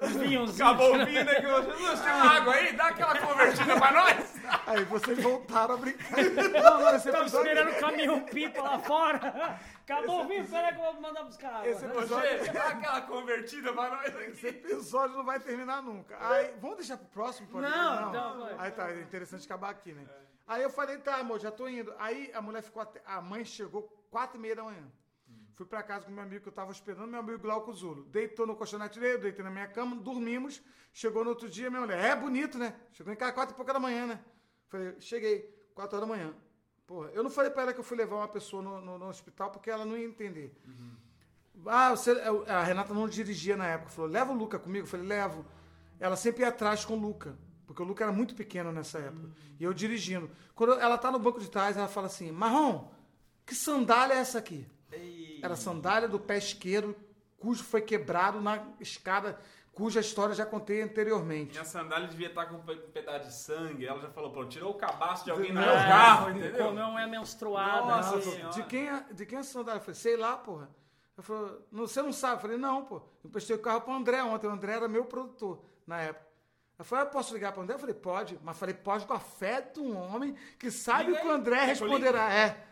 Speaker 1: um vinhozinho.
Speaker 2: Acabou o vinho, né? Que eu, Jesus, tem uma água aí? Dá aquela convertida pra nós.
Speaker 3: Aí vocês voltaram a brincar. Não, não, esse
Speaker 1: Tava
Speaker 3: episódio...
Speaker 1: esperando o caminhão pipa lá fora. Acabou o vinho, peraí que eu vou mandar buscar água. É,
Speaker 3: Esse episódio-
Speaker 2: Você, dá aquela convertida pra nós aqui.
Speaker 3: Esse episódio não vai terminar nunca. Aí, vamos deixar pro próximo? Pode
Speaker 1: Não, não, vai.
Speaker 3: Aí tá, é interessante acabar aqui, né? Aí eu falei, tá, amor, já tô indo. Aí a mulher ficou até... A mãe chegou quatro e meia da manhã. Fui pra casa com meu amigo que eu tava esperando, meu amigo Glauco Zulo. Deitou no colchonete dele, eu deitei na minha cama, dormimos. Chegou no outro dia, minha mulher, é bonito, né? Chegou em casa quatro e pouca da manhã, né? Falei, cheguei, quatro horas da manhã. Porra, eu não falei pra ela que eu fui levar uma pessoa no, no- no hospital porque ela não ia entender. Ah, você, a Renata não dirigia na época. Falou, leva o Luca comigo. Eu falei, levo. Ela sempre ia atrás com o Luca. Porque o Luca era muito pequeno nessa época. E eu dirigindo. Quando ela tá no banco de trás, ela fala assim, Marrom, que sandália é essa aqui? Era a sandália do pé esquerdo, cujo foi quebrado na escada, cuja história eu já contei anteriormente.
Speaker 2: Minha sandália devia estar com um pe- pedaço de sangue. Ela já falou, pô, tirou o cabaço de alguém no
Speaker 3: Não,
Speaker 2: meu carro, entendeu?
Speaker 1: Não é menstruada.
Speaker 2: Nossa,
Speaker 1: né?
Speaker 2: sim.
Speaker 3: Ela falou, de quem, é, de quem é essa sandália? Eu falei, sei lá, porra. Ela falou, não, você não sabe? Eu falei, não, pô. Eu emprestei o carro pro André ontem. O André era meu produtor na época. Ela falou, "Ah, eu posso ligar pro André? Eu falei, pode. Mas falei, pode com a fé de um homem que sabe
Speaker 2: Liga
Speaker 3: que o
Speaker 2: aí.
Speaker 3: André
Speaker 2: Quer que eu ligue?
Speaker 3: responderá. É.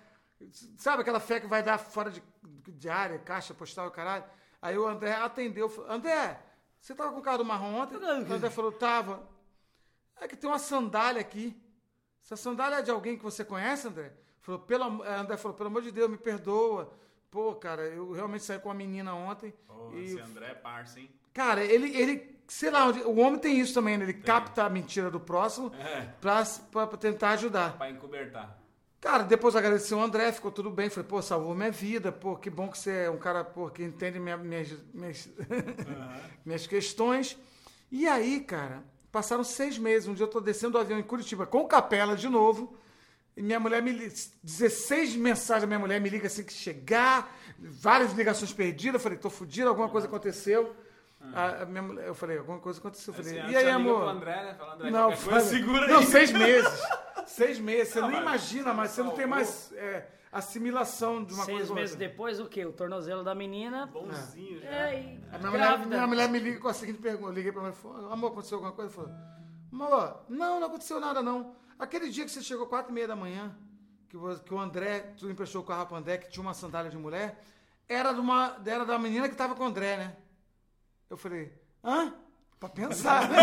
Speaker 3: Sabe aquela fé que vai dar fora de, de área, caixa, postal, e caralho? Aí o André atendeu. falou, André, você tava com o carro do marrom ontem? O André falou, tava. É que tem uma sandália aqui. Essa sandália é de alguém que você conhece, André? Falou, pelo, am- eh, André falou, pelo amor de Deus, me perdoa. Pô, cara, eu realmente saí com uma menina ontem.
Speaker 2: Pô,
Speaker 3: e,
Speaker 2: esse André é parça, hein?
Speaker 3: cara, ele, ele, sei lá, onde- o homem tem isso também, né? Ele capta a mentira do próximo
Speaker 2: É,
Speaker 3: pra, pra- pra tentar ajudar.
Speaker 2: pra encobertar.
Speaker 3: Cara, depois agradeci o André, ficou tudo bem. Falei, pô, salvou minha vida, pô, que bom que você é um cara, pô, que entende minha- minhas, minhas, minhas questões. E aí, cara, passaram seis meses. Um dia eu tô descendo do avião em Curitiba com o Capela de novo. E minha mulher me li- 16 mensagens da minha mulher me liga assim que chegar, várias ligações perdidas. Eu falei, tô fudido, alguma coisa aconteceu. A- a minha mulher- eu falei, alguma coisa aconteceu. Eu
Speaker 2: Aí você-
Speaker 3: falei, e
Speaker 2: você
Speaker 3: aí,
Speaker 2: liga
Speaker 3: amor?
Speaker 2: pro André, né? Fala, André,
Speaker 3: Não,
Speaker 2: qualquer coisa,
Speaker 3: fala-
Speaker 2: segura aí.
Speaker 3: não seis meses. Seis meses. Você
Speaker 2: Ah,
Speaker 3: não
Speaker 2: mas
Speaker 3: imagina, mas você não tem
Speaker 2: salvou.
Speaker 3: mais é, assimilação de uma
Speaker 1: Seis
Speaker 3: coisa. ou
Speaker 1: meses
Speaker 3: outra.
Speaker 1: depois, o quê? O tornozelo da menina.
Speaker 2: Bonzinho já.
Speaker 1: É, e
Speaker 3: A minha mulher,
Speaker 1: grávida.
Speaker 3: minha mulher me liga com a seguinte pergunta. Eu liguei pra ela e falei, amor, aconteceu alguma coisa? Ela falou, amor, não, não aconteceu nada, não. Aquele dia que você chegou quatro e meia da manhã, que, vo- que o André, tu emprestou o carro pro André, que tinha uma sandália de mulher, era, de uma, era da menina que tava com o André, né? Eu falei, hã? Pra pensar, né?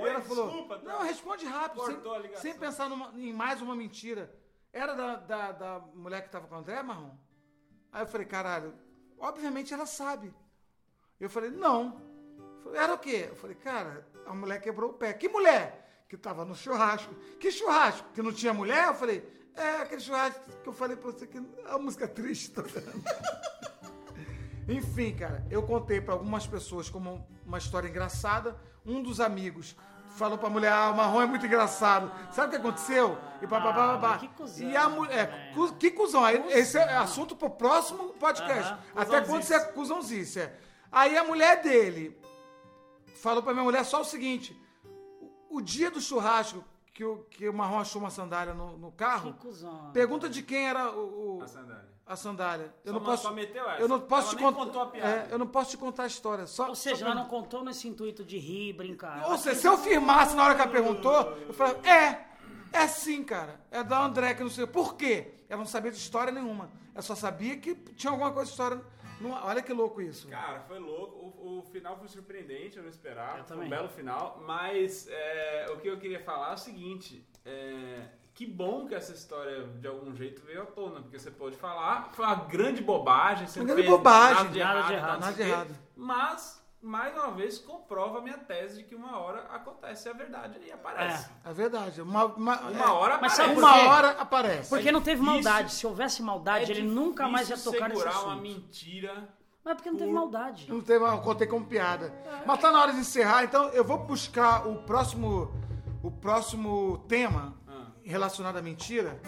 Speaker 2: Oi,
Speaker 3: ela falou,
Speaker 2: desculpa, tá?
Speaker 3: não, responde rápido, sem,
Speaker 2: Cortou a ligação.
Speaker 3: sem pensar numa- em mais uma mentira. Era da, da, da mulher que tava com o André Marrom? Aí eu falei, caralho, obviamente ela sabe. Eu falei, não. Eu falei, Era o quê? Eu falei, cara, a mulher quebrou o pé. Que mulher? Que tava no churrasco. Que churrasco? Que não tinha mulher? Eu falei, é aquele churrasco que eu falei pra você que a música é triste tocando. Enfim, cara, eu contei pra algumas pessoas como uma história engraçada. Um dos amigos falou pra mulher, ah, o marrom é muito engraçado. Sabe o que aconteceu? E pá, pá, pá, pá, pá.
Speaker 1: Ah, que cuzão,
Speaker 3: E a é, mulher,
Speaker 1: né?
Speaker 3: cu- que cuzão. Aí, Esse é assunto pro próximo podcast.
Speaker 1: Aham,
Speaker 3: Até quando você é cuzãozice. é. Aí a mulher dele falou pra minha mulher só o seguinte. o- O dia do churrasco que o, que o marrom achou uma sandália no, no
Speaker 1: Que
Speaker 3: carro,
Speaker 1: cuzão.
Speaker 3: pergunta de quem era o... o-
Speaker 2: A sandália.
Speaker 3: a sandália.
Speaker 2: Só
Speaker 3: Eu não
Speaker 2: ma-
Speaker 3: posso.
Speaker 2: só meteu essa.
Speaker 3: Eu não posso
Speaker 2: Ela
Speaker 3: te
Speaker 2: nem
Speaker 3: contar.
Speaker 2: contou a piada.
Speaker 3: eu não posso te contar a história. Só,
Speaker 1: Ou seja,
Speaker 3: só
Speaker 1: ela
Speaker 3: pra-
Speaker 1: não contou nesse intuito de rir, brincar.
Speaker 3: Ou seja, se eu firmasse na hora que ela perguntou, eu falava, é, é sim, cara. É da André que não sei. Por quê? Ela não sabia de história nenhuma. Ela só sabia que tinha alguma coisa de história. Não, olha que louco isso.
Speaker 2: Cara, foi louco. O, o final foi surpreendente, eu não esperava.
Speaker 1: Eu
Speaker 2: foi um
Speaker 1: também.
Speaker 2: belo final. Mas é, o que eu queria falar é o seguinte: é, que bom que essa história de algum jeito veio à tona, porque você pôde falar. Foi uma grande bobagem. Você
Speaker 3: Uma
Speaker 2: não
Speaker 3: grande
Speaker 2: fez
Speaker 3: bobagem,
Speaker 2: Nada de
Speaker 1: nada
Speaker 2: errado.
Speaker 1: de errado,
Speaker 2: não sei
Speaker 3: nada de
Speaker 2: o quê.
Speaker 3: errado.
Speaker 2: Mas, mais uma vez, comprova a minha tese de que uma hora acontece a verdade e aparece.
Speaker 3: É verdade. Uma, uma, é,
Speaker 2: Uma hora
Speaker 1: Mas
Speaker 2: aparece.
Speaker 1: sabe
Speaker 3: uma
Speaker 1: por quê?
Speaker 3: hora aparece.
Speaker 1: Porque não teve
Speaker 2: difícil.
Speaker 1: maldade. Se houvesse
Speaker 3: é
Speaker 1: maldade, ele
Speaker 2: difícil
Speaker 1: nunca mais ia tocar nesse
Speaker 2: segurar
Speaker 1: assunto.
Speaker 2: uma mentira.
Speaker 1: Mas é porque não teve maldade.
Speaker 3: Não teve, eu contei como piada. Mas tá na hora de encerrar, então eu vou buscar o próximo, o próximo tema
Speaker 2: Ah.
Speaker 3: relacionado à mentira.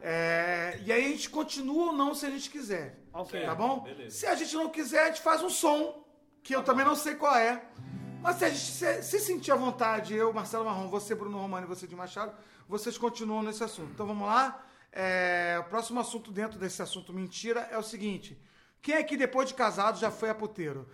Speaker 3: É, e aí a gente continua ou não se a gente quiser.
Speaker 1: Ok.
Speaker 3: Tá bom?
Speaker 2: beleza.
Speaker 3: Se a gente não quiser, a gente faz um som, que eu também não sei qual é. Mas se a gente se, se sentir à vontade, eu, Marcelo Marrom, você, Bruno Romano e você, de Machado, vocês continuam nesse assunto. Então vamos lá? É, o próximo assunto dentro desse assunto mentira é o seguinte. Quem aqui, depois de casado, já foi a puteiro?